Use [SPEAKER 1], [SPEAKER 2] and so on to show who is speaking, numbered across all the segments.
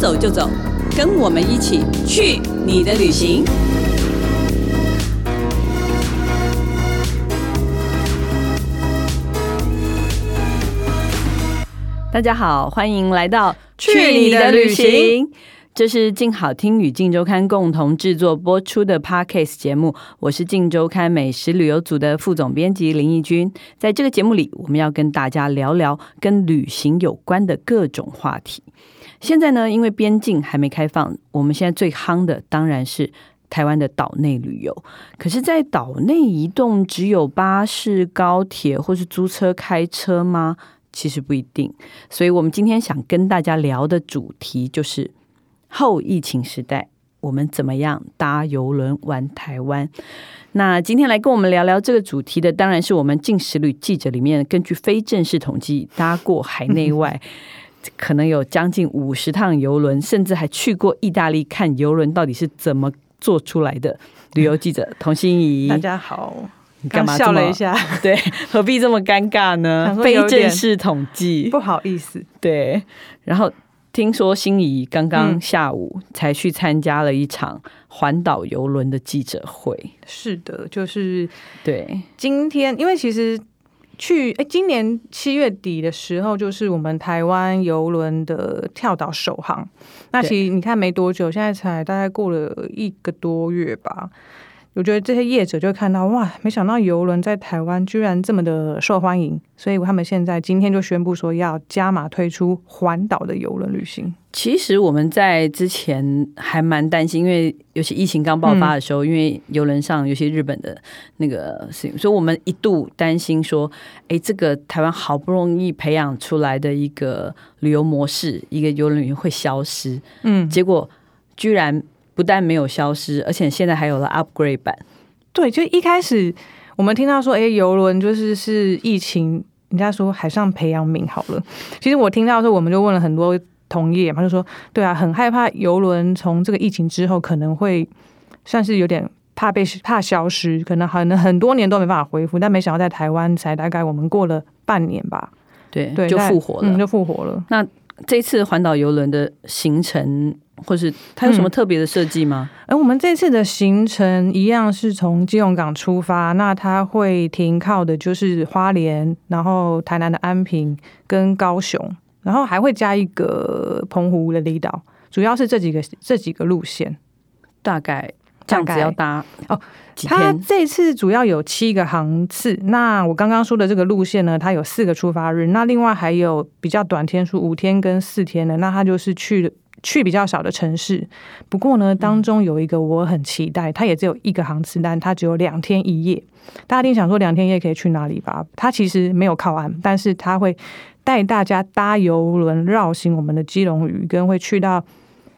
[SPEAKER 1] 走就走，跟我们一起去你的旅行。大家好，欢迎来到
[SPEAKER 2] 去你的旅行。
[SPEAKER 1] 这是静好听与静周刊共同制作播出的 Podcast 节目，我是静周刊美食旅游组的副总编辑林义君。在这个节目里，我们要跟大家聊聊跟旅行有关的各种话题。现在呢，因为边境还没开放，我们现在最夯的当然是台湾的岛内旅游。可是，在岛内移动，只有巴士、高铁或是租车、开车吗？其实不一定。所以我们今天想跟大家聊的主题就是后疫情时代，我们怎么样搭游轮玩台湾？那今天来跟我们聊聊这个主题的，当然是我们《近十旅》记者里面根据非正式统计搭过海内外。 可能有将近五十趟游轮，甚至还去过意大利看游轮到底是怎么做出来的。旅游记 者童心怡，
[SPEAKER 2] 大家好，
[SPEAKER 1] 你干
[SPEAKER 2] 刚
[SPEAKER 1] 嘛这
[SPEAKER 2] 笑
[SPEAKER 1] 么
[SPEAKER 2] 了一？ 下，
[SPEAKER 1] 对，何必这么尴尬呢
[SPEAKER 2] 想？说
[SPEAKER 1] 非
[SPEAKER 2] 有
[SPEAKER 1] 正
[SPEAKER 2] 点
[SPEAKER 1] 式统计
[SPEAKER 2] 不，好意思。
[SPEAKER 1] 对。然后听说心怡刚刚
[SPEAKER 2] 嗯
[SPEAKER 1] 下午才去参加了一场环岛游轮的记者会，
[SPEAKER 2] 是的，就是
[SPEAKER 1] 对，
[SPEAKER 2] 今天，因为其实去哎，今年七月底的时候，就是我们台湾游轮的跳岛首航。那
[SPEAKER 1] 对
[SPEAKER 2] 其实你看没多久，现在才大概过了一个多月吧。我觉得这些业者就看到哇，没想到游轮在台湾居然这么的受欢迎，所以他们现在今天就宣布说要加码推出环岛的游轮旅行。
[SPEAKER 1] 其实我们在之前还蛮担心，因为尤其疫情刚爆发的时候，因为游轮上有些日本的那个事情，所以我们一度担心说，哎，这个台湾好不容易培养出来的一个旅游模式，一个游轮旅行会消失，
[SPEAKER 2] 嗯，
[SPEAKER 1] 结果居然不但没有消失，而且现在还有了 upgrade 版。
[SPEAKER 2] 对，就一开始我们听到说，哎，游轮就是是疫情，人家说海上培养皿好了。其实我听到的时候，我们就问了很多同业嘛，就说对啊，很害怕游轮从这个疫情之后可能会算是有点。怕被怕消失，可能可能很多年都没办法恢复，但没想到在台湾才大概我们过了半年吧，
[SPEAKER 1] 对，
[SPEAKER 2] 对，
[SPEAKER 1] 就
[SPEAKER 2] 大概
[SPEAKER 1] 复活了。
[SPEAKER 2] 嗯就复活了。
[SPEAKER 1] 这次环岛游轮的行程，或是它有什么特别的设计吗？
[SPEAKER 2] 而哎我们这次的行程一样是从基隆港出发，那它会停靠的就是花莲，然后台南的安平跟高雄，然后还会加一个澎湖的离岛，主要是这几个这几个路线。
[SPEAKER 1] 大概这样
[SPEAKER 2] 大
[SPEAKER 1] 子
[SPEAKER 2] 概
[SPEAKER 1] 要搭
[SPEAKER 2] 哦
[SPEAKER 1] 几
[SPEAKER 2] 它
[SPEAKER 1] 天？
[SPEAKER 2] 这次主要有七个航次，那我刚刚说的这个路线呢，它有四个出发日，那另外还有比较短天数五天跟四天的，那它就是去去比较少的城市。不过呢，
[SPEAKER 1] 嗯
[SPEAKER 2] 当中有一个我很期待，它也只有一个航次，但它只有两天一夜。大家一定想说两天一夜可以去哪里吧？它其实没有靠岸，但是它会带大家搭游轮绕行我们的基隆屿，跟会去到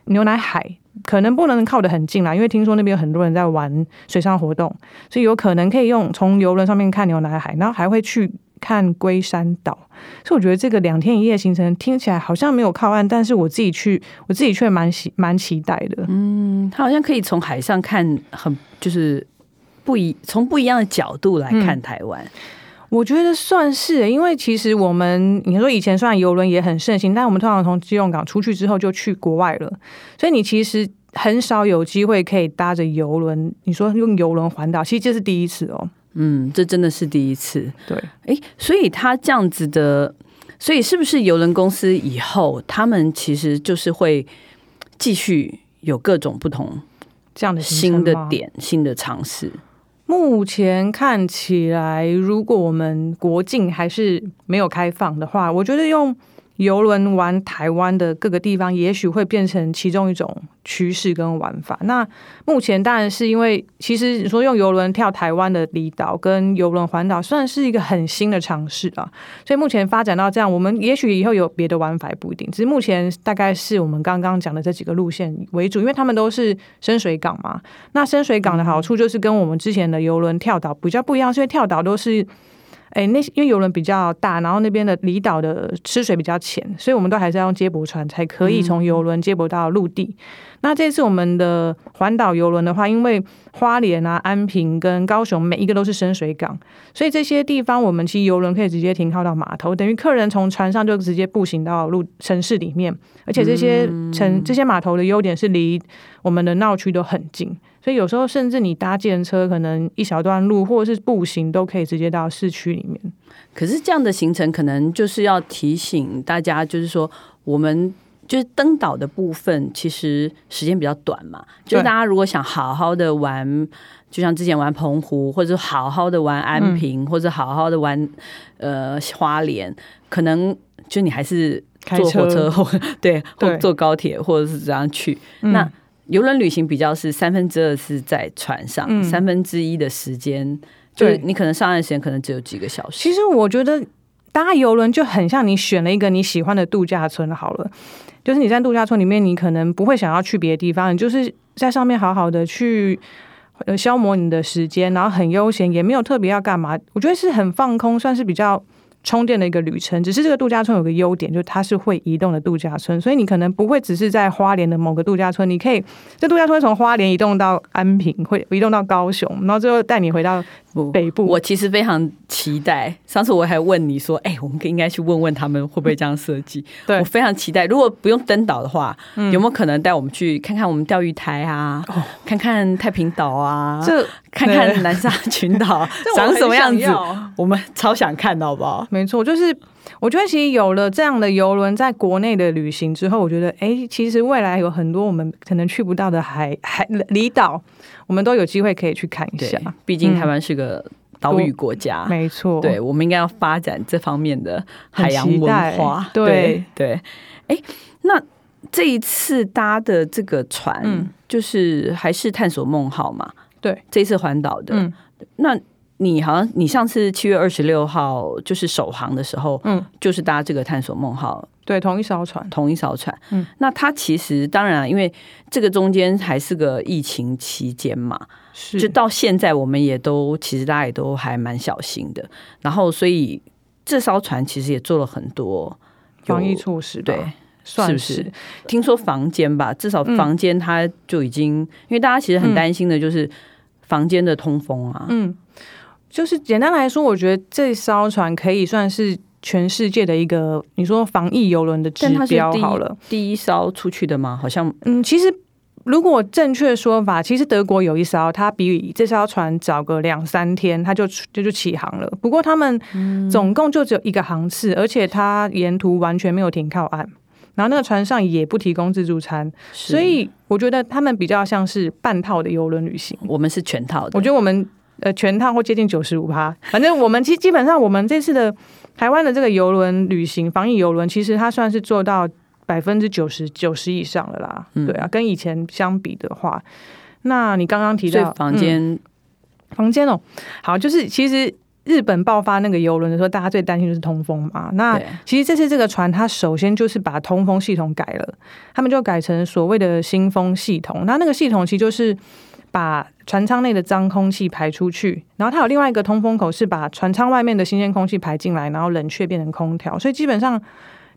[SPEAKER 2] 牛奶海。可能不能靠得很近啦，因为听说那边有很多人在玩水上活动，所以有可能可以用从游轮上面看牛奶海，然后还会去看龟山岛。所以我觉得这个两天一夜行程听起来好像没有靠岸，但是我自己去，我自己却蛮喜蛮期待的。
[SPEAKER 1] 嗯，它好像可以从海上看很，就是不一从不一样的角度来看台湾。
[SPEAKER 2] 我觉得算是，因为其实我们你说以前虽然游轮也很盛行，但我们通常从基隆港出去之后就去国外了，所以你其实很少有机会可以搭着游轮。你说用游轮环岛，其实这是第一次哦。
[SPEAKER 1] 嗯这真的是第一次。
[SPEAKER 2] 对，
[SPEAKER 1] 哎，所以它这样子的，所以是不是邮轮公司以后他们其实就是会继续有各种不同
[SPEAKER 2] 这样的行程
[SPEAKER 1] 新的
[SPEAKER 2] 吗。
[SPEAKER 1] 点、新的尝试？
[SPEAKER 2] 目前看起来，如果我们国境还是没有开放的话，我觉得用游轮玩台湾的各个地方，也许会变成其中一种趋势跟玩法。那目前当然是因为，其实你说用游轮跳台湾的离岛跟游轮环岛，算是一个很新的尝试啊。所以目前发展到这样，我们也许以后有别的玩法也不一定。只是目前大概是我们刚刚讲的这几个路线为主，因为他们都是深水港嘛，那深水港的好处就是跟我们之前的游轮跳岛比较不一样，是因为跳岛都是哎，那因为游轮比较大，然后那边的离岛的吃水比较浅，所以我们都还是要用接驳船才可以从游轮接驳到陆地。那这次我们的环岛游轮的话，因为花莲啊、安平跟高雄每一个都是深水港，所以这些地方我们其实游轮可以直接停靠到码头，等于客人从船上就直接步行到路城市里面。而且这些城、这些码头的优点是离我们的闹区都很近，所以有时候甚至你搭电车，可能一小段路或者是步行都可以直接到市区里面。
[SPEAKER 1] 可是这样的行程可能就是要提醒大家，就是说我们。就是登岛的部分，其实时间比较短嘛。就是大家如果想好好的玩，就像之前玩澎湖，或者好好的玩安
[SPEAKER 2] 嗯
[SPEAKER 1] 平，或者好好的玩呃花莲，可能就你还是
[SPEAKER 2] 开
[SPEAKER 1] 坐火
[SPEAKER 2] 车
[SPEAKER 1] 车或 对或
[SPEAKER 2] 对
[SPEAKER 1] 坐高铁或者是怎样去。
[SPEAKER 2] 嗯
[SPEAKER 1] 那游轮旅行比较是三分之二是在船上，
[SPEAKER 2] 嗯
[SPEAKER 1] 三分之一的时间就是
[SPEAKER 2] 对
[SPEAKER 1] 你可能上岸时间可能只有几个小时。
[SPEAKER 2] 其实我觉得搭游轮就很像你选了一个你喜欢的度假村好了，就是你在度假村里面，你可能不会想要去别的地方，你就是在上面好好的去。呃，消磨你的时间，然后很悠闲，也没有特别要干嘛。我觉得是很放空，算是比较充电的一个旅程。只是这个度假村有个优点，就是它是会移动的度假村，所以你可能不会只是在花莲的某个度假村，你可以这度假村从花莲移动到安平，会移动到高雄，然后最后带你回到
[SPEAKER 1] 不
[SPEAKER 2] 北部。。
[SPEAKER 1] 我其实非常期待，上次我还问你说，哎、我们应该去问问他们会不会这样设计
[SPEAKER 2] 对嗯
[SPEAKER 1] 我非常期待，如果不用登岛的话，有没有可能带我们去看看我们钓鱼台啊，
[SPEAKER 2] 哦
[SPEAKER 1] 看看太平岛啊，
[SPEAKER 2] 这
[SPEAKER 1] 看
[SPEAKER 2] 对
[SPEAKER 1] 看南沙群 岛长什么样子？
[SPEAKER 2] 子？
[SPEAKER 1] 我们超想看的好不好？
[SPEAKER 2] 没错，就是我觉得其实有了这样的游轮在国内的旅行之后，我觉得哎、诶其实未来有很多我们可能去不到的海海离岛，我们都有机会可以去看一下
[SPEAKER 1] 对。，毕
[SPEAKER 2] 嗯
[SPEAKER 1] 竟台湾是个岛屿国家。
[SPEAKER 2] 没错，
[SPEAKER 1] 对，我们应该要发展这方面的海洋
[SPEAKER 2] 很期待
[SPEAKER 1] 文化。
[SPEAKER 2] 对
[SPEAKER 1] 对，哎，那这一次搭的这个船，
[SPEAKER 2] 嗯
[SPEAKER 1] 就是还是探索梦号嘛？
[SPEAKER 2] 对，
[SPEAKER 1] 这一次环岛的。
[SPEAKER 2] 嗯
[SPEAKER 1] 那你好像你上次七月二十六号就是首航的时候，
[SPEAKER 2] 嗯，
[SPEAKER 1] 就是搭这个探索梦号
[SPEAKER 2] 对，同一艘船，
[SPEAKER 1] 同一艘船。
[SPEAKER 2] 嗯，
[SPEAKER 1] 那它其实当然，啊因为这个中间还是个疫情期间嘛，就是到现在，我们也都其实大家也都还蛮小心的。然后，所以这艘船其实也做了很多有
[SPEAKER 2] 防疫措施吧，
[SPEAKER 1] 对，
[SPEAKER 2] 算
[SPEAKER 1] 是不是听说房间吧，至少
[SPEAKER 2] 啊嗯
[SPEAKER 1] 房间它就已经，因为大家其实很担心的就是房间的通风啊。
[SPEAKER 2] 嗯，就是简单来说，我觉得这艘船可以算是全世界的一个你说防疫游轮的指
[SPEAKER 1] 但它是
[SPEAKER 2] 标
[SPEAKER 1] 第一
[SPEAKER 2] 好了。
[SPEAKER 1] 第一艘出去的吗？好像
[SPEAKER 2] 嗯，其实如果正确说法，其实德国有一艘，它比这艘船早个两三天，它就出就就起航了。不过他们总共就只有一个航次，而且它沿途完全没有停靠岸。然后那个船上也不提供自助餐，
[SPEAKER 1] 是，
[SPEAKER 2] 所以我觉得他们比较像是半套的游轮旅行。
[SPEAKER 1] 我们是全套的。
[SPEAKER 2] 我觉得我们呃全套或接近九十五趴，反正我们基基本上我们这次的台湾的这个游轮旅行防疫游轮，其实它算是做到百分之九十九十以上了啦。
[SPEAKER 1] 嗯
[SPEAKER 2] 对啊，跟以前相比的话，那你刚刚提
[SPEAKER 1] 所以
[SPEAKER 2] 到
[SPEAKER 1] 房、
[SPEAKER 2] 嗯
[SPEAKER 1] 间
[SPEAKER 2] 房间哦，好，就是其实。日本爆发那个游轮的时候，大家最担心就是通风嘛。那
[SPEAKER 1] 对
[SPEAKER 2] 其实这次这个船，它首先就是把通风系统改了，他们就改成所谓的新风系统。那那个系统其实就是把船舱内的脏空气排出去，然后它有另外一个通风口是把船舱外面的新鲜空气排进来，然后冷却变成空调。所以基本上，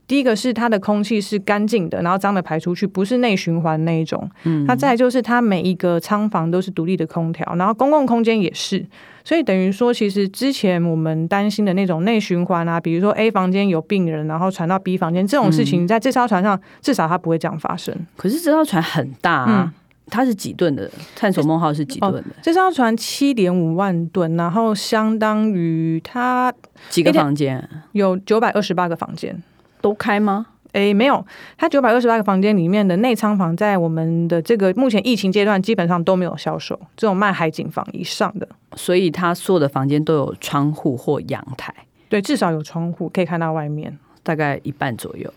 [SPEAKER 2] 第一个是它的空气是干净的，然后脏的排出去，不是内循环那一种。嗯，那再来就是它每一个舱房都是独立的空调，然后公共空间也是。所以等于说，其实之前我们担心的那种内循环啊，比如说 A 房间有病人，然后传到 B 房间这种事情，在这艘船上至少它不会这样发生。
[SPEAKER 1] 可是这艘船很大啊，
[SPEAKER 2] 嗯
[SPEAKER 1] 它是几吨的？探索梦号是
[SPEAKER 2] 哦
[SPEAKER 1] 几吨的？
[SPEAKER 2] 这艘船七点五万吨，然后相当于它
[SPEAKER 1] 几个
[SPEAKER 2] 一点
[SPEAKER 1] 房间啊
[SPEAKER 2] 有九百二十八个房间。
[SPEAKER 1] 都开吗？
[SPEAKER 2] 诶，没有，它九百二十八个房间里面的内仓房，在我们的这个目前疫情阶段，基本上都没有销售，只有卖海景房以上的。
[SPEAKER 1] 所以它所有的房间都有窗户或阳台。
[SPEAKER 2] 对，至少有窗户可以看到外面。
[SPEAKER 1] 大概一半左右，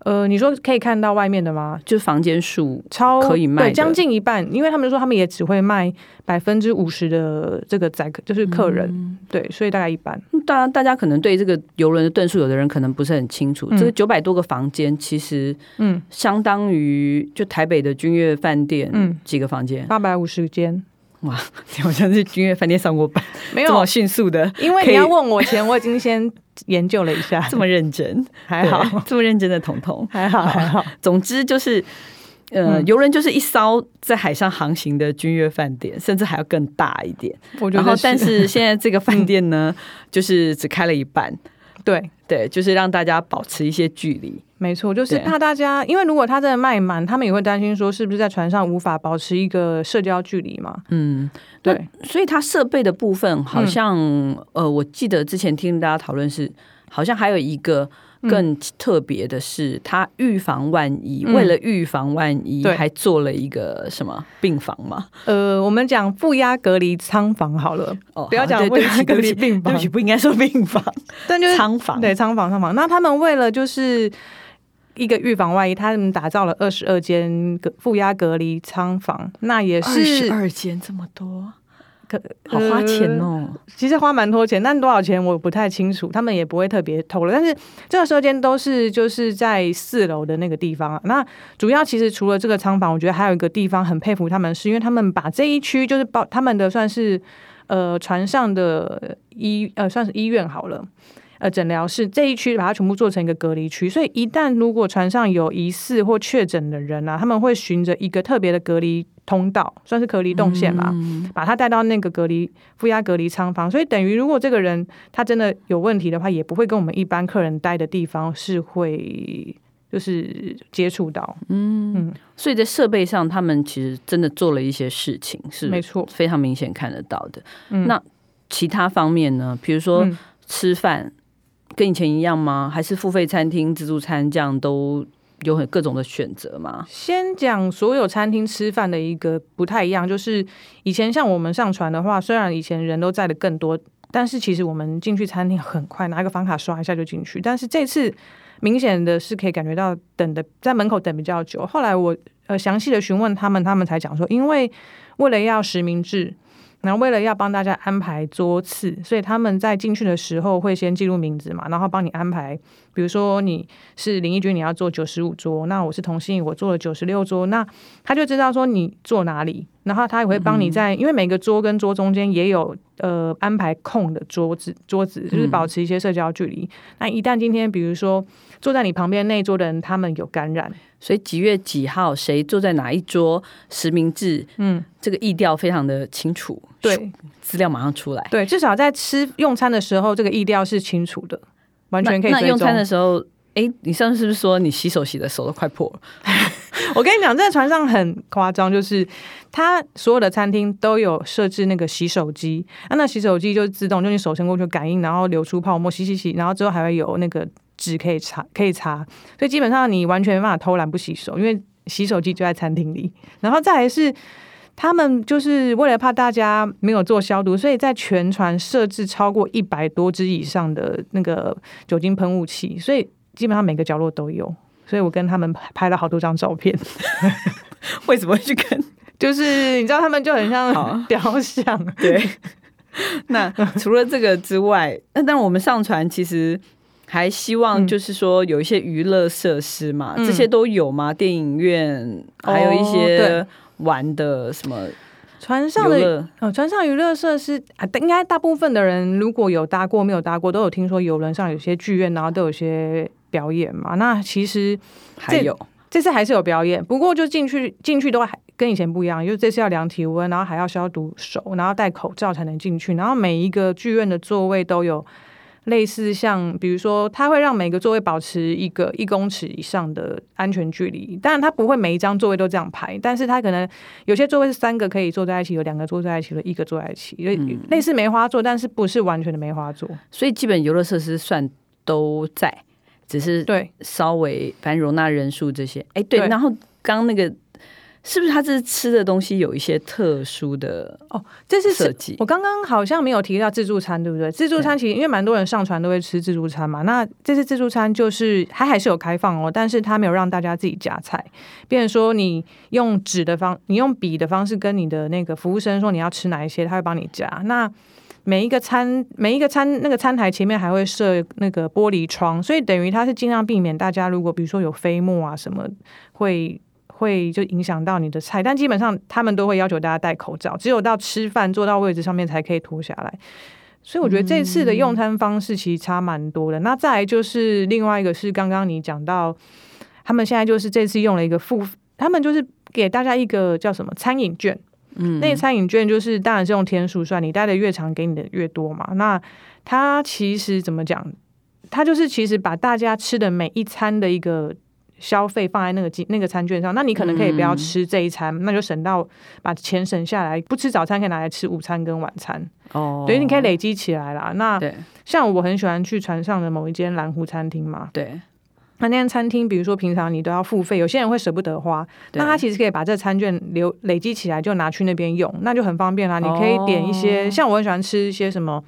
[SPEAKER 2] 呃，你说可以看到外面的吗？
[SPEAKER 1] 就房间数
[SPEAKER 2] 超
[SPEAKER 1] 可以卖的
[SPEAKER 2] 对，将近一半，因为他们说他们也只会卖百分之五十的这个载客，就是客人，
[SPEAKER 1] 嗯
[SPEAKER 2] 对，所以大概一半。
[SPEAKER 1] 当然，大家可能对这个游轮的吨数，有的人可能不是很清楚。
[SPEAKER 2] 嗯
[SPEAKER 1] 这个九百多个房间，其实
[SPEAKER 2] 嗯
[SPEAKER 1] 相当于就台北的君悦饭店
[SPEAKER 2] 嗯
[SPEAKER 1] 几个房间，
[SPEAKER 2] 八百五十间，
[SPEAKER 1] 哇，我像是君悦饭店上过班，
[SPEAKER 2] 没
[SPEAKER 1] 这么
[SPEAKER 2] 有，啊
[SPEAKER 1] 迅速的，
[SPEAKER 2] 因为
[SPEAKER 1] 可以
[SPEAKER 2] 你要问我前，我已经先研究了一下，
[SPEAKER 1] 这么认真，
[SPEAKER 2] 还 好，
[SPEAKER 1] 对，啊这么认真的彤彤。
[SPEAKER 2] 还好，还好。
[SPEAKER 1] 总之就是，呃，
[SPEAKER 2] 嗯
[SPEAKER 1] 游轮就是一艘在海上航行的君悦饭店，甚至还要更大一点。
[SPEAKER 2] 我觉
[SPEAKER 1] 然后
[SPEAKER 2] 得，，
[SPEAKER 1] 但是现在这个饭店 呢，就是只开了一半，
[SPEAKER 2] 对，
[SPEAKER 1] 对，就是让大家保持一些距离。
[SPEAKER 2] 没错，就是
[SPEAKER 1] 对
[SPEAKER 2] 怕大家，因为如果他真的卖满，他们也会担心说是不是在船上无法保持一个社交距离嘛？
[SPEAKER 1] 嗯，
[SPEAKER 2] 对，
[SPEAKER 1] 所以它设备的部分好像，呃，我记得之前听大家讨论是，好像还有一个更特别的是，它预防万一，
[SPEAKER 2] 嗯
[SPEAKER 1] 为了预防万一，
[SPEAKER 2] 对
[SPEAKER 1] 还做了一个什么病房嘛？
[SPEAKER 2] 呃，我们讲负压隔离仓房好了，
[SPEAKER 1] 哦，
[SPEAKER 2] 不要
[SPEAKER 1] 好
[SPEAKER 2] 讲
[SPEAKER 1] 对
[SPEAKER 2] 负
[SPEAKER 1] 对不
[SPEAKER 2] 压
[SPEAKER 1] 起，对
[SPEAKER 2] 隔
[SPEAKER 1] 不
[SPEAKER 2] 离
[SPEAKER 1] 起，
[SPEAKER 2] 病
[SPEAKER 1] 对
[SPEAKER 2] 房
[SPEAKER 1] 不，起，不应该说病 房，
[SPEAKER 2] 但就是
[SPEAKER 1] 仓房。
[SPEAKER 2] 对，仓房仓房。那他们为了就是一个预防万一，他们打造了二十二间隔负压隔离仓房，那也是
[SPEAKER 1] 二间这么多，
[SPEAKER 2] 可
[SPEAKER 1] 好花钱哦。
[SPEAKER 2] 其实花蛮多钱，但多少钱我不太清楚，他们也不会特别透露。但是这个时间都是就是在四楼的那个地方啊。那主要其实除了这个仓房，我觉得还有一个地方很佩服他们，是因为他们把这一区就是包他们的算是呃船上的医呃算是医院好了。呃，诊疗室这一区把它全部做成一个隔离区，所以一旦如果船上有疑似或确诊的人啊，他们会循着一个特别的隔离通道，算是隔离动线啦，把他带到那个隔离负压隔离仓房，所以等于如果这个人他真的有问题的话，也不会跟我们一般客人待的地方是会就是接触到，
[SPEAKER 1] 所以在设备上，他们其实真的做了一些事情，是
[SPEAKER 2] 没错，
[SPEAKER 1] 非常明显看得到的。
[SPEAKER 2] 嗯
[SPEAKER 1] 那其他方面呢？比如说
[SPEAKER 2] 嗯
[SPEAKER 1] 吃饭，跟以前一样吗？还是付费餐厅、自助餐这样都有很各种的选择吗？
[SPEAKER 2] 先讲所有餐厅吃饭的一个不太一样，就是以前像我们上船的话，虽然以前人都载的更多，但是其实我们进去餐厅很快，拿一个房卡刷一下就进去。但是这次明显的是可以感觉到等的在门口等比较久。后来我呃详细的询问他们，他们才讲说，因为为了要实名制。然后为了要帮大家安排桌次，所以他们在进去的时候会先记录名字嘛，然后帮你安排，比如说你是林义君，你要做九十五桌，那我是童心怡，我做了九十六桌，那他就知道说你坐哪里，然后他也会帮你在，因为每个桌跟桌中间也有呃安排空的桌子，桌子就是保持一些社交距离。那一旦今天比如说坐在你旁边那一桌的人，他们有感染，
[SPEAKER 1] 所以几月几号谁坐在哪一桌，实名制
[SPEAKER 2] 嗯，
[SPEAKER 1] 这个意调非常的清楚，咻，
[SPEAKER 2] 对
[SPEAKER 1] 资料马上出来，
[SPEAKER 2] 对，至少在吃用餐的时候，这个意调是清楚的，完全可以
[SPEAKER 1] 那那
[SPEAKER 2] 追
[SPEAKER 1] 用
[SPEAKER 2] 踪
[SPEAKER 1] 餐的时候，哎，你上次是不是说你洗手洗的手都快 破了？
[SPEAKER 2] 我跟你讲，这个船上很夸张，就是它所有的餐厅都有设置那个洗手机，啊、那洗手机就是自动，就你手伸过去感应，然后流出泡沫，洗洗洗，然后之后还会有那个纸可以擦，可以擦，所以基本上你完全没办法偷懒不洗手，因为洗手机就在餐厅里。然后再来是。他们就是为了怕大家没有做消毒，所以在全船设置超过一百多支以上的那个酒精喷雾器，所以基本上每个角落都有。所以我跟他们拍了好多张照片。
[SPEAKER 1] 为什么会去跟
[SPEAKER 2] 就是你知道他们就很
[SPEAKER 1] 好
[SPEAKER 2] 像 雕像，
[SPEAKER 1] 对，那 除了这个之外，那但我们上船其实还希望
[SPEAKER 2] 嗯
[SPEAKER 1] 就是说有一些娱乐设施嘛，
[SPEAKER 2] 嗯
[SPEAKER 1] 这些都有吗？电影院，
[SPEAKER 2] 哦
[SPEAKER 1] 还有一些
[SPEAKER 2] 对
[SPEAKER 1] 玩的什么
[SPEAKER 2] 船上
[SPEAKER 1] 游
[SPEAKER 2] 的
[SPEAKER 1] 乐，
[SPEAKER 2] 呃船上娱乐设施啊，应该大部分的人如果有搭过没有搭过，都有听说游轮上有些剧院，然后都有些表演嘛。那其实
[SPEAKER 1] 还有
[SPEAKER 2] 这次还是有表演，不过就进去进去都还跟以前不一样，因为这次要量体温，然后还要消毒手，然后戴口罩才能进去。然后每一个剧院的座位都有类似像，比如说它会让每个座位保持一个一公尺以上的安全距离，当然它不会每一张座位都这样排，但是它可能有些座位是三个可以坐在一起，有两个坐在一起，有一个坐在一起，有类似梅花座，但是不是完全的梅花座。
[SPEAKER 1] 所以基本游乐设施算都在，只是
[SPEAKER 2] 对，
[SPEAKER 1] 稍微反正容纳人数这些。哎、对，
[SPEAKER 2] 对
[SPEAKER 1] 然后刚刚那个。是不是它这吃的东西有一些特殊的
[SPEAKER 2] 这是
[SPEAKER 1] 设计？
[SPEAKER 2] 我刚刚好像没有提到自助餐，对不对？自助餐其实因为蛮多人上船都会吃自助餐嘛，那这次自助餐就是它还是有开放哦，但是它没有让大家自己夹菜，变成说你用纸的方，你用笔的方式跟你的那个服务生说你要吃哪一些，他会帮你夹。那每一个餐，每一个餐那个餐台前面还会设那个玻璃窗，所以等于它是尽量避免大家如果比如说有飞沫啊什么会。会就影响到你的菜，但基本上他们都会要求大家戴口罩，只有到吃饭坐到位置上面才可以脱下来。所以我觉得这次的用餐方式其实差蛮多的。那再来就是另外一个是刚刚你讲到，他们现在就是这次用了一个付，他们就是给大家一个叫什么餐饮券，
[SPEAKER 1] 嗯
[SPEAKER 2] 那个餐饮券就是当然是用天数算，你待的越长给你的越多嘛。那它其实怎么讲？它就是其实把大家吃的每一餐的一个消费放在那个金那个餐券上，那你可能可以不
[SPEAKER 1] 嗯
[SPEAKER 2] 要吃这一餐，那就省到把钱省下来，不吃早餐可以拿来吃午餐跟晚餐，
[SPEAKER 1] 哦，
[SPEAKER 2] 等于你可以累积起来啦。那
[SPEAKER 1] 对
[SPEAKER 2] 像我很喜欢去船上的某一间蓝湖餐厅嘛，
[SPEAKER 1] 对
[SPEAKER 2] 那那间餐厅，比如说平常你都要付费，有些人会舍不得花，
[SPEAKER 1] 对
[SPEAKER 2] 那他其实可以把这餐券留累积起来，就拿去那边用，那就很方便啦。你可以点一些，
[SPEAKER 1] 哦
[SPEAKER 2] 像我很喜欢吃一些什么，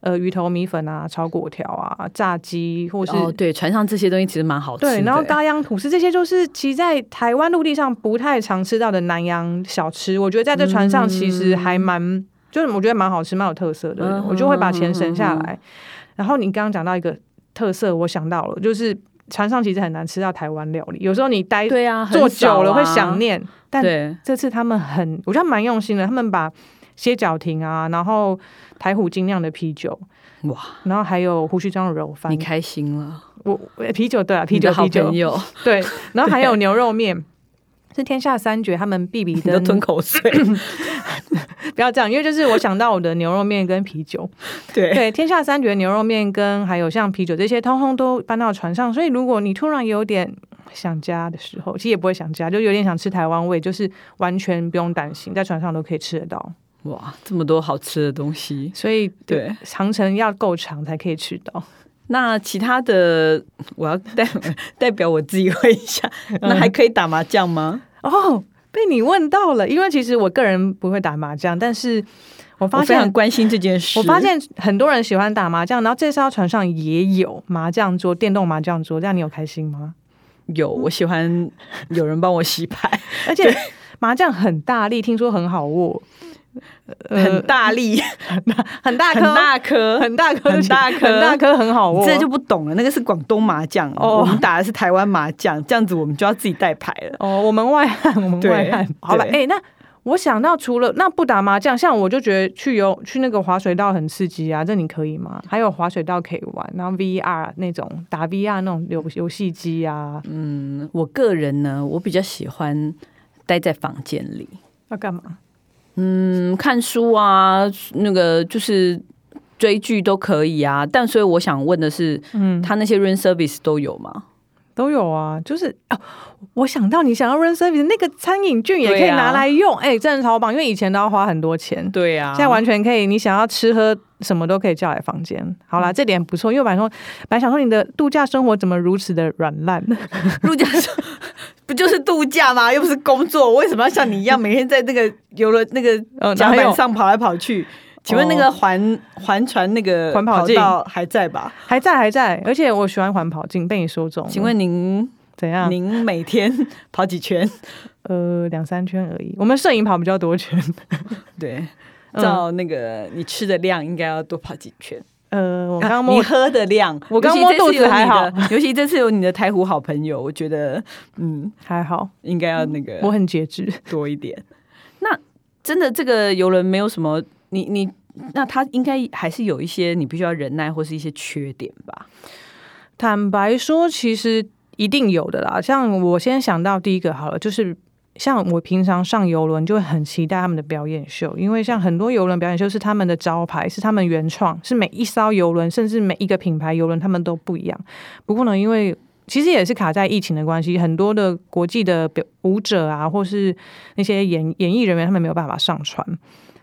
[SPEAKER 2] 呃，鱼头米粉啊、炒粿条啊、炸鸡，或是、
[SPEAKER 1] 哦对，船上这些东西其实蛮好吃的。
[SPEAKER 2] 对，然后咖央吐司这些，就是其实在台湾陆地上不太常吃到的南洋小吃。我觉得在这船上其实还蛮，就是我觉得蛮好吃、蛮有特色的。
[SPEAKER 1] 嗯
[SPEAKER 2] 我就会把钱省下来。然后你刚刚讲到一个特色，我想到了，就是船上其实很难吃到台湾料理，有时候你待
[SPEAKER 1] 对啊，
[SPEAKER 2] 坐
[SPEAKER 1] 很少
[SPEAKER 2] 久了
[SPEAKER 1] 啊
[SPEAKER 2] 会想。念，但
[SPEAKER 1] 对，
[SPEAKER 2] 这次他们很，我觉得他们蛮用心的，他们把歇脚亭啊，然后台虎精酿的啤酒，
[SPEAKER 1] 哇，
[SPEAKER 2] 然后还有胡须章的肉饭
[SPEAKER 1] 你，开心了，
[SPEAKER 2] 我我啤酒对啊，啤
[SPEAKER 1] 你的
[SPEAKER 2] 酒
[SPEAKER 1] 好
[SPEAKER 2] 啤酒
[SPEAKER 1] 朋 友，
[SPEAKER 2] 对，然后还有牛肉面。是天下三绝，他们必比
[SPEAKER 1] 你都
[SPEAKER 2] 登。
[SPEAKER 1] 吞口水，
[SPEAKER 2] 不要这样，因为就是我想到我的牛肉面跟啤酒，
[SPEAKER 1] 对，
[SPEAKER 2] 对，天下三绝牛肉面跟还有像啤酒这些，通通都搬到船上。所以如果你突然有点想家的时候，其实也不会想家，就有点想吃台湾味，就是完全不用担心，在船上都可以吃得到。
[SPEAKER 1] 哇，这么多好吃的东西，
[SPEAKER 2] 所以
[SPEAKER 1] 对。
[SPEAKER 2] 航程要够长才可以吃到。
[SPEAKER 1] 那其他的，我要代 代表我自己问一下，那还可以打麻将吗？
[SPEAKER 2] 哦，被你问到了，因为其实我个人不会打麻将，但是我
[SPEAKER 1] 我
[SPEAKER 2] 发
[SPEAKER 1] 非常
[SPEAKER 2] 现。
[SPEAKER 1] 关心这件事。
[SPEAKER 2] 我发现很多人喜欢打麻将，然后这艘船上也有麻将桌、电动麻将桌，这样你有开 心吗？
[SPEAKER 1] 有，我喜欢有人帮我洗牌，
[SPEAKER 2] 而且麻将很大力，听说很好握，
[SPEAKER 1] 很大 力，
[SPEAKER 2] 很大颗，
[SPEAKER 1] 很大颗，
[SPEAKER 2] 很大颗，
[SPEAKER 1] 很大颗
[SPEAKER 2] 很大颗，很好
[SPEAKER 1] 你
[SPEAKER 2] 握。
[SPEAKER 1] 这就不懂了。那个是广东麻将，
[SPEAKER 2] 哦
[SPEAKER 1] 我们打的是台湾麻将，这样子我们就要自己带牌了。
[SPEAKER 2] 哦，我门外汉，我门
[SPEAKER 1] 对
[SPEAKER 2] 外汉。好了，
[SPEAKER 1] 对
[SPEAKER 2] 哎、那我想到除了那不打麻将，像我就觉得去游去那个滑水道很刺激啊，这你可以吗？还有滑水道可以玩，然后 VR 那种打 VR 那种游游戏机啊，
[SPEAKER 1] 嗯，我个人呢，我比较喜欢待在房间里，
[SPEAKER 2] 要干嘛？
[SPEAKER 1] 嗯，看书啊，那个就是追剧都可以啊。但所以我想问的是，
[SPEAKER 2] 嗯，
[SPEAKER 1] 他那些 room service 都有吗？
[SPEAKER 2] 都有啊，就是哦，我想到你想要 run service 那个餐饮券也可
[SPEAKER 1] 对
[SPEAKER 2] 以
[SPEAKER 1] 啊
[SPEAKER 2] 拿来用，哎、真的超棒，因为以前都要花很多钱，
[SPEAKER 1] 对啊
[SPEAKER 2] 现在完全可以，你想要吃喝什么都可以叫来房间。好啦，这点不错，因为本来说本来想说你的度假生活怎么如此的软烂，
[SPEAKER 1] 度假是 不就是度假吗？又不是工作，我为什么要像你一样每天在那个游轮那个
[SPEAKER 2] 嗯，
[SPEAKER 1] 甲
[SPEAKER 2] 然后还
[SPEAKER 1] 板
[SPEAKER 2] 有哦
[SPEAKER 1] 上跑来跑去？请问那个环环船那个
[SPEAKER 2] 环跑
[SPEAKER 1] 跑
[SPEAKER 2] 径
[SPEAKER 1] 道还在吧？
[SPEAKER 2] 还在还在，而且我喜欢环跑镜，被你说中了。
[SPEAKER 1] 请问您
[SPEAKER 2] 怎样？
[SPEAKER 1] 您每天跑几圈？
[SPEAKER 2] 呃，两三圈而已。我们摄影跑比较多圈，
[SPEAKER 1] 对，
[SPEAKER 2] 嗯
[SPEAKER 1] 照那个你吃的量应该要多跑几圈。
[SPEAKER 2] 呃，我
[SPEAKER 1] 我
[SPEAKER 2] 刚刚摸
[SPEAKER 1] 啊你喝的量，
[SPEAKER 2] 我刚摸肚子还好
[SPEAKER 1] 尤其这次有你的，尤其这次有你的台湖好朋友，我觉得嗯，
[SPEAKER 2] 还好，
[SPEAKER 1] 应该要那个
[SPEAKER 2] 我很节制。
[SPEAKER 1] 多一点。嗯那真的这个游轮没有什么，你你那它应该还是有一些你必须要忍耐或是一些缺点吧？
[SPEAKER 2] 坦白说，其实一定有的啦。像我先想到第一个好了，就是像我平常上游轮就会很期待他们的表演秀，因为像很多游轮表演秀是他们的招牌，是他们原创，是每一艘游轮甚至每一个品牌游轮他们都不一样。不过呢，因为其实也是卡在疫情的关系，很多的国际的表舞者啊，或是那些演演艺人员，他们没有办法上船，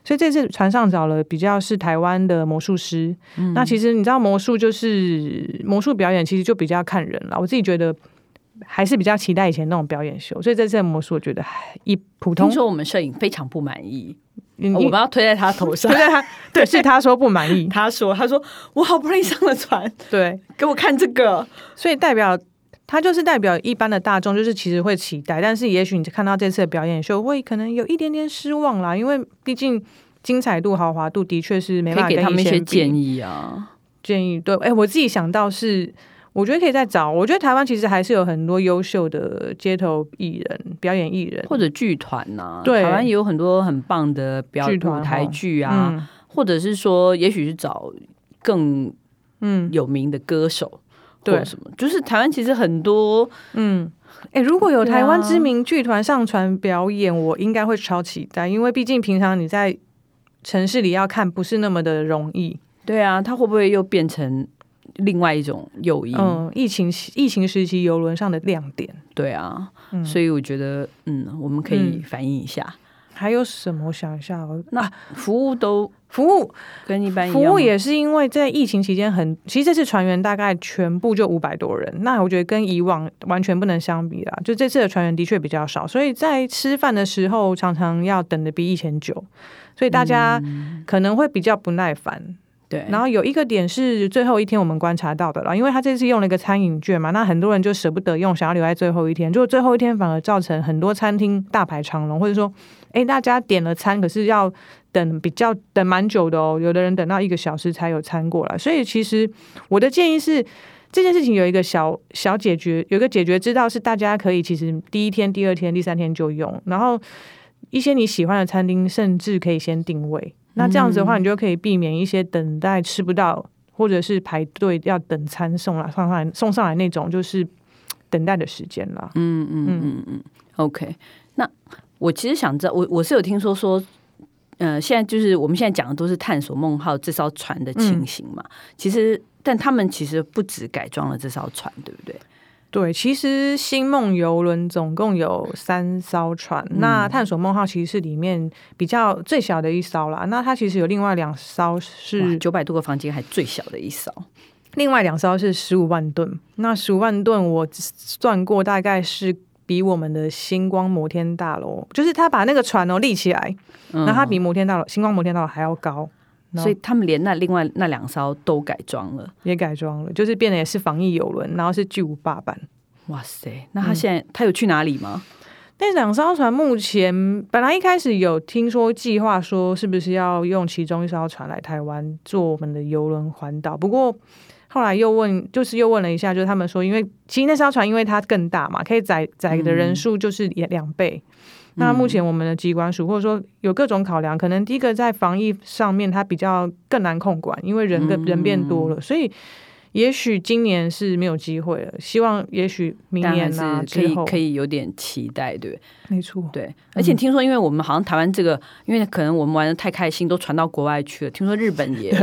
[SPEAKER 2] 所以这次船上找了比较是台湾的魔术师，
[SPEAKER 1] 嗯
[SPEAKER 2] 那其实你知道魔术就是魔术表演，其实就比较看人了。我自己觉得还是比较期待以前那种表演秀，所以这次的魔术我觉得还一普通
[SPEAKER 1] 听。说我们摄影非常不满意，
[SPEAKER 2] 你
[SPEAKER 1] 哦我
[SPEAKER 2] 你
[SPEAKER 1] 们要推在他头上
[SPEAKER 2] 对。对他对是他说不满意，
[SPEAKER 1] 他说：“他说我好不容易上了船，
[SPEAKER 2] 对，
[SPEAKER 1] 给我看这个。
[SPEAKER 2] 所以代表他就是代表一般的大众，就是其实会期待，但是也许你看到这次的表演秀，会可能有一点点失望啦，因为毕竟。精彩度、豪华度的确是没办
[SPEAKER 1] 可
[SPEAKER 2] 法
[SPEAKER 1] 以给
[SPEAKER 2] 跟
[SPEAKER 1] 他们一些
[SPEAKER 2] 建
[SPEAKER 1] 建议啊。
[SPEAKER 2] 建议。对，哎、我自己想到是，我觉得可以再找。我觉得台湾其实还是有很多优秀的街头艺人、表演艺人
[SPEAKER 1] 或者剧团呐、
[SPEAKER 2] 对
[SPEAKER 1] 台湾也有很多很棒的表
[SPEAKER 2] 剧团
[SPEAKER 1] 舞台
[SPEAKER 2] 哦
[SPEAKER 1] 剧啊，
[SPEAKER 2] 嗯
[SPEAKER 1] 或者是说，也许是找更
[SPEAKER 2] 嗯
[SPEAKER 1] 有名的歌手。
[SPEAKER 2] 对
[SPEAKER 1] 或什么？就是台湾其实很多，
[SPEAKER 2] 嗯，哎、如果有
[SPEAKER 1] 对啊
[SPEAKER 2] 台湾知名剧团上传表演，我应该会超期待，因为毕竟平常你在城市里要看不是那么的容易。
[SPEAKER 1] 对啊，它会不会又变成另外一种诱因？
[SPEAKER 2] 嗯，疫情疫情时期游轮上的亮点，
[SPEAKER 1] 对啊，
[SPEAKER 2] 嗯，
[SPEAKER 1] 所以我觉得，嗯，我们可以
[SPEAKER 2] 嗯
[SPEAKER 1] 反映一下，
[SPEAKER 2] 还有什么？我想一下哦，
[SPEAKER 1] 服务都
[SPEAKER 2] 服务
[SPEAKER 1] 跟一般一样
[SPEAKER 2] 服
[SPEAKER 1] 吗，
[SPEAKER 2] 务也是因为在疫情期间很，其实这次船员大概全部就五百多人，那我觉得跟以往完全不能相比啦。就这次的船员的确比较少，所以在吃饭的时候常常要等的比以前久，所以大家可能会比较不耐烦。
[SPEAKER 1] 对，
[SPEAKER 2] 然后有一个点是最后一天我们观察到的啦，因为他这次用了一个餐饮券嘛，那很多人就舍不得用，想要留在最后一天，结果最后一天反而造成很多餐厅大排长龙，或者说，哎，大家点了餐，可是要等比较等蛮久的哦，有的人等到一个小时才有餐过来，所以其实我的建议是。这件事情有一个小小解决，有一个解决之道是大家可以其实第一天、第二天、第三天就用，然后一些你喜欢的餐厅甚至可以先定位。那这样子的
[SPEAKER 1] 嗯
[SPEAKER 2] 话，你就可以避免一些等待吃不到，或者是排队要等餐送来送上来送上来那种，就是等待的时间啦。
[SPEAKER 1] 嗯嗯嗯嗯，OK。那我其实想知道，我我是有听说说，呃，现在就是我们现在讲的都是探索梦号这艘船的
[SPEAKER 2] 嗯
[SPEAKER 1] 情形嘛。其实，但他们其实不止改装了这艘船，对不对？
[SPEAKER 2] 对，其实星梦游轮总共有三艘船，
[SPEAKER 1] 嗯
[SPEAKER 2] 那探索梦号其实是里面比较最小的一艘啦。那它其实有另外两艘
[SPEAKER 1] 哇，
[SPEAKER 2] 是
[SPEAKER 1] 九百多个房间还最小的一艘，
[SPEAKER 2] 另外两艘是十五万吨，那十五万吨我算过，大概是比我们的星光摩天大楼，就是它把那个船哦立起来，
[SPEAKER 1] 嗯
[SPEAKER 2] 那它比摩天大楼、星光摩天大楼还要高，然后
[SPEAKER 1] 所以他们连那另外那两艘都改装了。
[SPEAKER 2] 也改装了，就是变得也是防疫游轮，然后是巨无霸版。
[SPEAKER 1] 哇塞，那他
[SPEAKER 2] 嗯
[SPEAKER 1] 现在、他有去哪里吗？
[SPEAKER 2] 那两艘船目前本来一开始有听说计划说是不是要用其中一艘船来台湾做我们的游轮环岛，不过后来又问，就是又问了一下，就是他们说，因为其实那艘船因为它更大嘛，可以载载的
[SPEAKER 1] 嗯
[SPEAKER 2] 人数就是也两倍。那目前我们的机关署或者说有各种考量，可能第一个在防疫上面它比较更难控管，因为人跟人变多
[SPEAKER 1] 嗯
[SPEAKER 2] 了，所以也许今年是没有机会了。希望也许明
[SPEAKER 1] 当然
[SPEAKER 2] 年
[SPEAKER 1] 是
[SPEAKER 2] 啊
[SPEAKER 1] 可
[SPEAKER 2] 之
[SPEAKER 1] 以
[SPEAKER 2] 后，嗯
[SPEAKER 1] 可以有点期待，对不对？
[SPEAKER 2] 没错，
[SPEAKER 1] 对，而且听说，因为我们好像台湾这个，因为可能我们玩的太开心，都传到国外去了。听说日本 也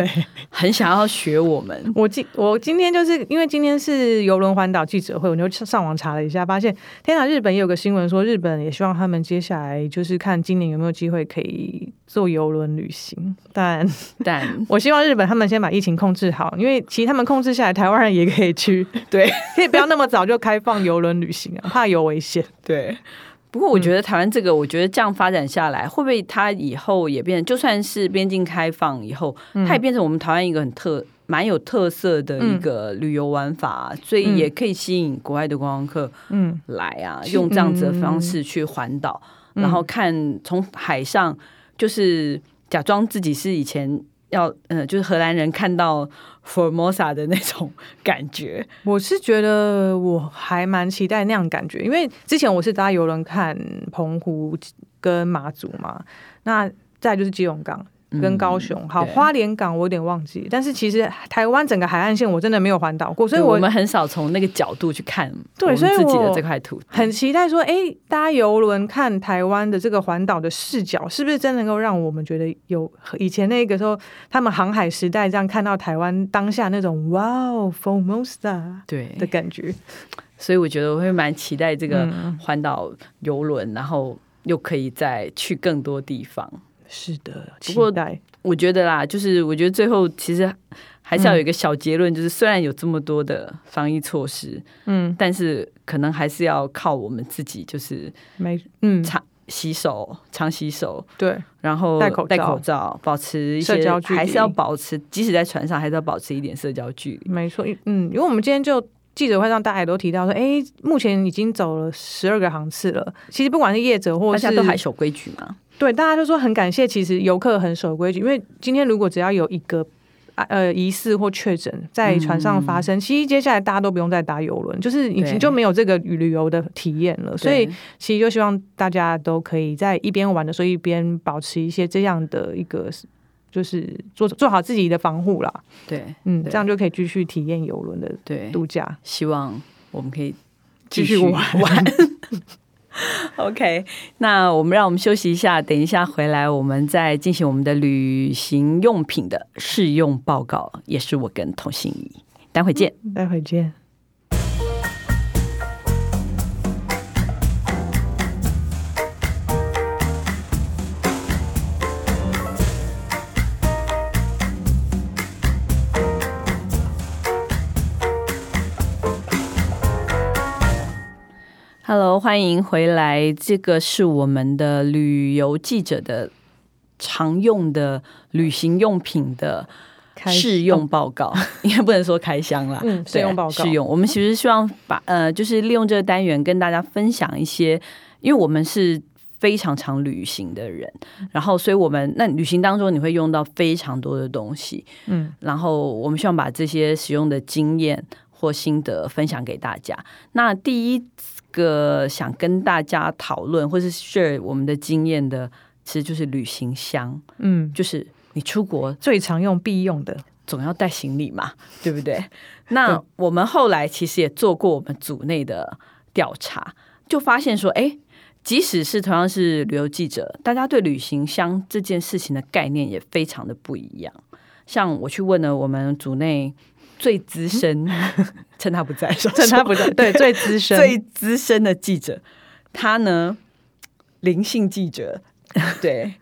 [SPEAKER 1] 很想要学我们，
[SPEAKER 2] 我今我今天就是因为今天是游轮环岛记者会，我就上网查了一下，发现天哪，日本也有个新闻说，日本也希望他们接下来就是看今年有没有机会可以坐游轮旅行。但
[SPEAKER 1] 但
[SPEAKER 2] 我希望日本他们先把疫情控制好，因为其实他们控制下来，台湾人也可以去，
[SPEAKER 1] 对
[SPEAKER 2] 可以不要那么早就开放游轮旅行啊，怕有危险。
[SPEAKER 1] 对。不过我觉得台湾这个，我觉得这样发展下来，会不会它以后也变，就算是边境开放以后，
[SPEAKER 2] 嗯
[SPEAKER 1] 它也变成我们台湾一个很特、蛮有特色的一个旅游玩法、所以也可以吸引国外的观光客
[SPEAKER 2] 嗯，嗯
[SPEAKER 1] 来啊，用这样子的方式去环岛，然后看从海上，就是假装自己是以前要呃，就是荷兰人看到 Formosa 的那种感觉。
[SPEAKER 2] 我是觉得我还蛮期待那样感觉，因为之前我是搭游轮看澎湖跟马祖嘛，那再就是基隆港跟高雄，好
[SPEAKER 1] 嗯对
[SPEAKER 2] 花莲港我有点忘记，但是其实台湾整个海岸线我真的没有环岛过，
[SPEAKER 1] 所
[SPEAKER 2] 所以
[SPEAKER 1] 以我
[SPEAKER 2] 我
[SPEAKER 1] 们很少从那个角度去看
[SPEAKER 2] 对
[SPEAKER 1] 我们
[SPEAKER 2] 所以
[SPEAKER 1] 自己的
[SPEAKER 2] 我
[SPEAKER 1] 这块土地，
[SPEAKER 2] 很期待说，哎、搭游轮看台湾的这个环岛的视角，是不是真能够让我们觉得有以前那个时候他们航海时代这样看到台湾当下那种哇哦 Formosa
[SPEAKER 1] 对
[SPEAKER 2] 啊的，感觉？
[SPEAKER 1] 所以我觉得我会蛮期待这个
[SPEAKER 2] 嗯
[SPEAKER 1] 环岛游轮，然后又可以再去更多地方。
[SPEAKER 2] 是的，
[SPEAKER 1] 不
[SPEAKER 2] 期
[SPEAKER 1] 过
[SPEAKER 2] 待。
[SPEAKER 1] 我觉得啦，就是我觉得最后其实还是要有
[SPEAKER 2] 嗯
[SPEAKER 1] 一个小结论，就是虽然有这么多的防疫措施，
[SPEAKER 2] 嗯，
[SPEAKER 1] 但是可能还是要靠我们自己，就是
[SPEAKER 2] 没，嗯，
[SPEAKER 1] 常洗手、常洗手，
[SPEAKER 2] 对，
[SPEAKER 1] 然后
[SPEAKER 2] 戴口罩
[SPEAKER 1] 罩保持一些
[SPEAKER 2] 社交距离
[SPEAKER 1] 还是要保持，即使在船上，还是要保持一点社交距离。
[SPEAKER 2] 没错，嗯，因为我们今天就记者会上大家也都提到说，哎，目前已经走了十二个航次了。其实不管是业者或
[SPEAKER 1] 大
[SPEAKER 2] 是
[SPEAKER 1] 家都还守规矩嘛，
[SPEAKER 2] 对，大家就说很感谢，其实游客很守规矩，因为今天如果只要有一个。啊呃疑似或确诊在船上发
[SPEAKER 1] 嗯
[SPEAKER 2] 生，其实接下来大家都不用再搭游轮，就是已
[SPEAKER 1] 对
[SPEAKER 2] 经就没有这个旅游的体验了。所以
[SPEAKER 1] 对
[SPEAKER 2] 其实就希望大家都可以在一边玩的时候一边保持一些这样的一个。就是做做好自己的防护啦，
[SPEAKER 1] 对
[SPEAKER 2] 嗯，
[SPEAKER 1] 对
[SPEAKER 2] 这样就可以继续体验游轮的
[SPEAKER 1] 对，
[SPEAKER 2] 度假。
[SPEAKER 1] 希望我们可以
[SPEAKER 2] 继续玩
[SPEAKER 1] OK，那我们让我们休息一下，等一下回来我们再进行我们的旅行用品的试用报告，也是我跟童心怡，待会见。
[SPEAKER 2] 待会见。
[SPEAKER 1] Hello，欢迎回来。这个是我们的旅游记者的常用的旅行用品的
[SPEAKER 2] 开始
[SPEAKER 1] 试用报告， 应该不能说开箱啦。
[SPEAKER 2] 嗯，试
[SPEAKER 1] 对啊
[SPEAKER 2] 用报告，
[SPEAKER 1] 试用。我们其实希望把呃，就是利用这个单元跟大家分享一些，因为我们是非常常旅行的人，然后所以我们那旅行当中你会用到非常多的东西，
[SPEAKER 2] 嗯，
[SPEAKER 1] 然后我们希望把这些使用的经验或心得分享给大家。那第一个想跟大家讨论或是 share 我们的经验的，其实就是旅行箱，
[SPEAKER 2] 嗯，
[SPEAKER 1] 就是你出国
[SPEAKER 2] 最常用必用的，
[SPEAKER 1] 总要带行李嘛，对不 对？那我们后来其实也做过我们组内的调查，就发现说，哎，即使是同样是旅游记者，大家对旅行箱这件事情的概念也非常的不一样。像我去问了我们组内最资深，趁他不在，
[SPEAKER 2] 嗯趁他不在，对， 最资深，
[SPEAKER 1] 最资深的记者，他呢灵性记者， 对。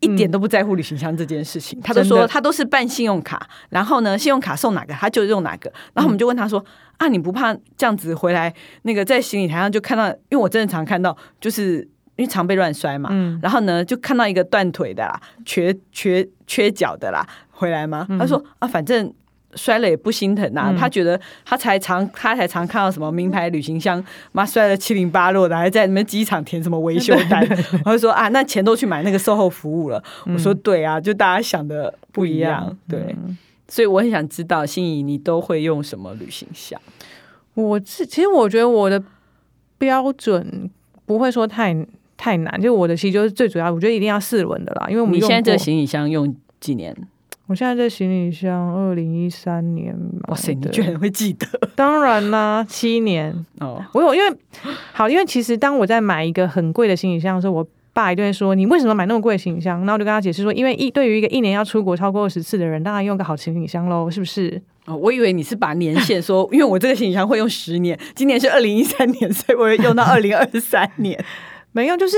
[SPEAKER 1] 一点都不在乎旅行箱这件事情，他都
[SPEAKER 2] 嗯真
[SPEAKER 1] 说
[SPEAKER 2] 的
[SPEAKER 1] 他都是办信用卡，然后呢，信用卡送哪个他就用哪个。然
[SPEAKER 2] 嗯
[SPEAKER 1] 后我们就问他说：“啊，你不怕这样子回来那个在行李台上就看到？因为我真的常看到，就是因为常被乱摔嘛。
[SPEAKER 2] 嗯
[SPEAKER 1] 然后呢，就看到一个断腿的啦，瘸瘸缺脚的啦，回来吗？”他说：“啊，反正摔了也不心疼啊，
[SPEAKER 2] 嗯
[SPEAKER 1] 他觉得他才常他才常看到什么名牌旅行箱，妈摔了七零八落的，还在你们机场填什么维修 单，我就说啊，那钱都去买那个售后服务了。我说对啊，就大家想的不一样，对，
[SPEAKER 2] 嗯
[SPEAKER 1] 所以我很想知道心仪你都会用什么旅行箱？
[SPEAKER 2] 我自其实我觉得我的标准不会说太太难，就我的其实就是最主要，我觉得一定要四轮的啦，因为我们
[SPEAKER 1] 你现在这
[SPEAKER 2] 用
[SPEAKER 1] 个
[SPEAKER 2] 过
[SPEAKER 1] 行李箱用几年？
[SPEAKER 2] 我现在这行李箱二零一三年买
[SPEAKER 1] 哇塞，你
[SPEAKER 2] 的
[SPEAKER 1] 居然会记得
[SPEAKER 2] 当然啦，七年，
[SPEAKER 1] 哦，
[SPEAKER 2] 我有因为好，因为其实当我在买一个很贵的行李箱的时候，我爸一定会说你为什么买那么贵的行李箱？然后我就跟他解释说，因为一对于一个一年要出国超过二十次的人，当然用个好行李箱喽，是不是？
[SPEAKER 1] 哦，我以为你是把年限说，因为我这个行李箱会用十年，今年是二零一三年，所以我会用到二零二三年。
[SPEAKER 2] 没有，就是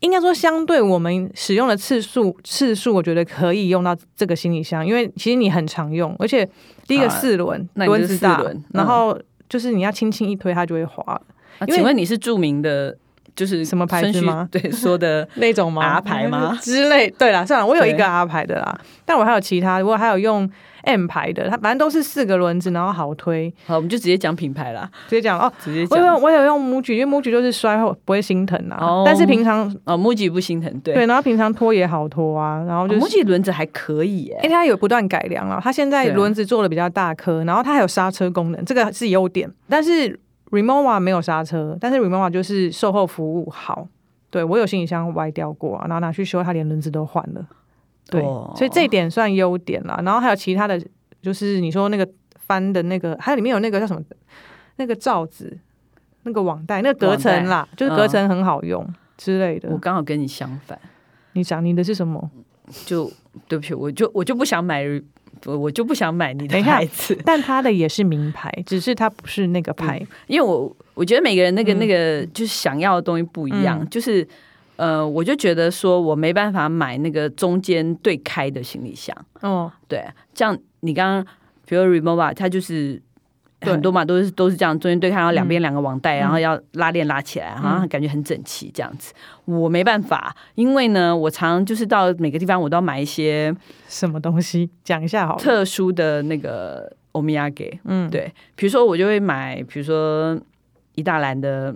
[SPEAKER 2] 应该说，相对我们使用的次数次数，我觉得可以用到这个行李箱，因为其实你很常用，而且第一个
[SPEAKER 1] 啊
[SPEAKER 2] 四轮、
[SPEAKER 1] 那你就
[SPEAKER 2] 轮子大
[SPEAKER 1] 四轮嗯，
[SPEAKER 2] 然后就是你要轻轻一推，它就会滑
[SPEAKER 1] 啊、
[SPEAKER 2] 因为
[SPEAKER 1] 请问你是著名的，就是
[SPEAKER 2] 什么牌子
[SPEAKER 1] 顺序
[SPEAKER 2] 吗
[SPEAKER 1] 对，说的
[SPEAKER 2] 那种吗
[SPEAKER 1] R 牌吗
[SPEAKER 2] 之类？对啦，算了，我有一
[SPEAKER 1] 对
[SPEAKER 2] 个 R 牌的啦，但我还有其他，我还有用 M 牌的，它反正都是四个轮子，然后好推。
[SPEAKER 1] 好，我们就直接讲品牌啦，
[SPEAKER 2] 直接讲哦，
[SPEAKER 1] 直接
[SPEAKER 2] 我有
[SPEAKER 1] 讲。
[SPEAKER 2] 我有用母举，因为母举就是摔后不会心疼啊，
[SPEAKER 1] 哦
[SPEAKER 2] 但是平常
[SPEAKER 1] 哦，木吉不心疼，对，哦
[SPEAKER 2] 对，然后平常拖也好拖啊，然后就是、哎
[SPEAKER 1] 木吉轮子还可以耶、
[SPEAKER 2] 因为它有不断改良了，它现在
[SPEAKER 1] 对啊
[SPEAKER 2] 轮子做的比较大颗，然后它还有刹车功能，这个是优点。但是 Remova 没有刹车，但是 Remova 就是售后服务好。对我有行李箱歪掉过、啊，然后拿去修，它连轮子都换了。对，
[SPEAKER 1] 哦
[SPEAKER 2] 所以这一点算优点啦。然后还有其他的，就是你说那个翻的那个，还有里面有那个叫什么那个罩子、那个网袋、那个隔层啦，就是隔层很好用。之类的
[SPEAKER 1] 嗯我，刚好跟你相反，
[SPEAKER 2] 你讲你的是什么？
[SPEAKER 1] 就对不起，我就我就不想买，我我就不想买你
[SPEAKER 2] 等
[SPEAKER 1] 的
[SPEAKER 2] 一下
[SPEAKER 1] 牌子，
[SPEAKER 2] 但它的也是名牌，只是它不是那个牌。
[SPEAKER 1] 因为我我觉得每个人那个、
[SPEAKER 2] 嗯
[SPEAKER 1] 那个就是想要的东西不一样，
[SPEAKER 2] 嗯
[SPEAKER 1] 就是呃，我就觉得说我没办法买那个中间对开的行李箱。
[SPEAKER 2] 哦，
[SPEAKER 1] 对，这样你刚刚比如 remova，它就是
[SPEAKER 2] 对
[SPEAKER 1] 很多嘛，都是都是这样，中间对看，然后两边两个网袋，
[SPEAKER 2] 嗯
[SPEAKER 1] 然后要拉链拉起来，好像感觉很整齐这样子。我没办法，因为呢，我常就是到每个地方我都要买一些
[SPEAKER 2] 什么东西？讲一下好了。
[SPEAKER 1] 特殊的那个欧米亚给，
[SPEAKER 2] 嗯，
[SPEAKER 1] 对，比如说我就会买，比如说一大篮的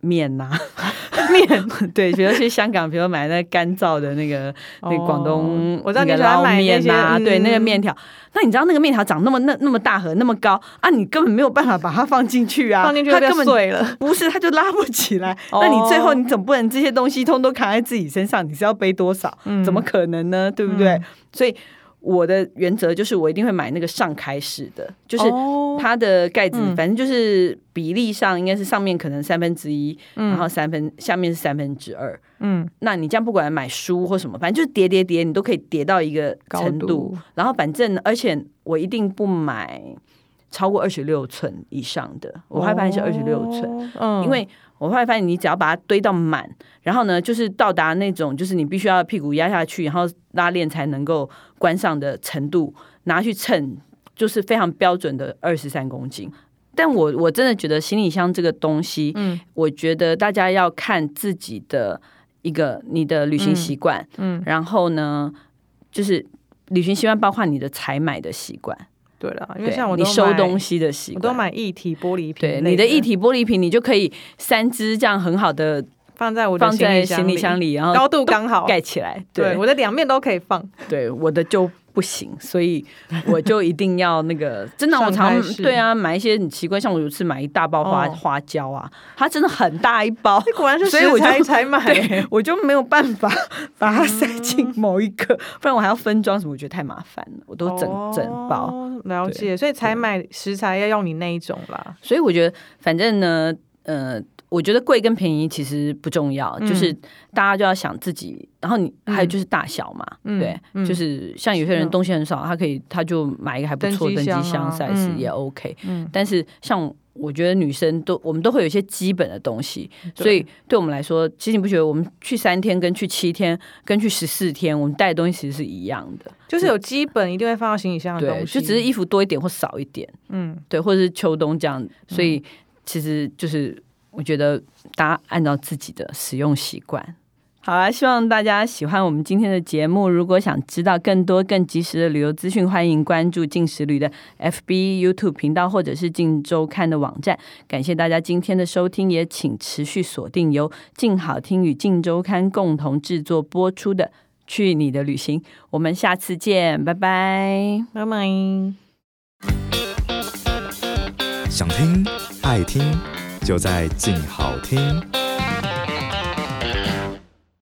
[SPEAKER 1] 面呐、 面对，比如去香港，比如买那干燥的那个那个广东
[SPEAKER 2] 哦，我知道你
[SPEAKER 1] 那
[SPEAKER 2] 喜
[SPEAKER 1] 个
[SPEAKER 2] 欢
[SPEAKER 1] 捞
[SPEAKER 2] 买那
[SPEAKER 1] 面
[SPEAKER 2] 些
[SPEAKER 1] 啊，对，那个
[SPEAKER 2] 嗯
[SPEAKER 1] 面条。那你知道那个面条长那么那那么大盒那么高啊，你根本没有办法把它放进去啊，
[SPEAKER 2] 放进去
[SPEAKER 1] 它
[SPEAKER 2] 就
[SPEAKER 1] 根本
[SPEAKER 2] 碎了。
[SPEAKER 1] 不是，它就拉不起来。那你最后
[SPEAKER 2] 哦
[SPEAKER 1] 你总不能这些东西通都扛在自己身上，你是要背多少？
[SPEAKER 2] 嗯
[SPEAKER 1] 怎么可能呢？对不对？
[SPEAKER 2] 嗯
[SPEAKER 1] 所以我的原则就是我一定会买那个上开式的，就是
[SPEAKER 2] 哦
[SPEAKER 1] 它的盖子，
[SPEAKER 2] 嗯
[SPEAKER 1] 反正就是比例上应该是上面可能三分之一，然后三分下面是三分之二。
[SPEAKER 2] 嗯，
[SPEAKER 1] 那你这样不管买书或什么，反正就是叠叠叠，你都可以叠到一个
[SPEAKER 2] 高
[SPEAKER 1] 程
[SPEAKER 2] 度
[SPEAKER 1] 度。然后反正，而且我一定不买超过二十六寸以上的，我后来发现是二十六寸。
[SPEAKER 2] 寸，嗯
[SPEAKER 1] 因为我后来发现，你只要把它堆到满，然后呢，就是到达那种就是你必须要屁股压下去，然后拉链才能够关上的程度，拿去称，就是非常标准的二十三公斤。但我我真的觉得行李箱这个东西，
[SPEAKER 2] 嗯
[SPEAKER 1] 我觉得大家要看自己的一个你的旅行习惯，
[SPEAKER 2] 嗯，
[SPEAKER 1] 然后呢，就是旅行习惯包括你的采买的习惯，
[SPEAKER 2] 对了，因
[SPEAKER 1] 对
[SPEAKER 2] 为像我
[SPEAKER 1] 你
[SPEAKER 2] 都
[SPEAKER 1] 收
[SPEAKER 2] 买
[SPEAKER 1] 东，西的习
[SPEAKER 2] 我
[SPEAKER 1] 惯，
[SPEAKER 2] 都买一体玻璃瓶类，
[SPEAKER 1] 对你的一体玻璃瓶，你就可以三只这样很好的
[SPEAKER 2] 放在我的
[SPEAKER 1] 放在行李箱
[SPEAKER 2] 里，
[SPEAKER 1] 里，然后
[SPEAKER 2] 高度刚好，
[SPEAKER 1] 盖起来。
[SPEAKER 2] 对
[SPEAKER 1] 对，
[SPEAKER 2] 我的两面都可以放。
[SPEAKER 1] 对，我的就不行，所以我就一定要那 个，真的，我
[SPEAKER 2] 上开
[SPEAKER 1] 常
[SPEAKER 2] 式
[SPEAKER 1] 对啊，买一些很奇怪，像我有一次买一大包花、
[SPEAKER 2] 哦
[SPEAKER 1] 花椒啊，它真的很大一包。
[SPEAKER 2] 这果然是
[SPEAKER 1] 所以我
[SPEAKER 2] 食
[SPEAKER 1] 就
[SPEAKER 2] 材才买，
[SPEAKER 1] 对，嗯我就没有办法 把它塞进某一个，不然我还要分装什么，我觉得太麻烦了，我都整、整包。
[SPEAKER 2] 哦了解，所以才买食材要用你那一种啦。
[SPEAKER 1] 所以我觉得，反正呢，呃，我觉得贵跟便宜其实不重要，
[SPEAKER 2] 嗯
[SPEAKER 1] 就是大家就要想自己，然后你
[SPEAKER 2] 嗯
[SPEAKER 1] 还有就是大小嘛，
[SPEAKER 2] 嗯
[SPEAKER 1] 对，
[SPEAKER 2] 嗯
[SPEAKER 1] 就是像有些
[SPEAKER 2] 是
[SPEAKER 1] 人
[SPEAKER 2] 啊
[SPEAKER 1] 东西很少，他可以他就买一个还不错
[SPEAKER 2] 登
[SPEAKER 1] 登
[SPEAKER 2] 机
[SPEAKER 1] 机
[SPEAKER 2] 箱
[SPEAKER 1] 箱
[SPEAKER 2] 啊
[SPEAKER 1] size
[SPEAKER 2] 嗯
[SPEAKER 1] 也 OK，、
[SPEAKER 2] 嗯，
[SPEAKER 1] 但是像。我觉得女生都，我们都会有一些基本的东西，
[SPEAKER 2] 对
[SPEAKER 1] 所以对我们来说，其实你不觉得我们去三天、跟去七天、跟去十四天，我们带的东西其实是一样的，
[SPEAKER 2] 就是有基本一定会放到行李箱的
[SPEAKER 1] 对，
[SPEAKER 2] 东
[SPEAKER 1] 就
[SPEAKER 2] 西，
[SPEAKER 1] 只是衣服多一点或少一点。
[SPEAKER 2] 嗯，
[SPEAKER 1] 对，或者是秋冬这样，所以其实就是我觉得大家按照自己的使用习惯。好啊，希望大家喜欢我们今天的节目。如果想知道更多更及时的旅游资讯，欢迎关注进食旅的 FB、YouTube 频道或者是静周刊的网站。感谢大家今天的收听，也请持续锁定由静好听与静周刊共同制作播出的《去你的旅行》。我们下次见，拜拜。
[SPEAKER 2] 拜拜。
[SPEAKER 3] 想听爱听，就在静好听。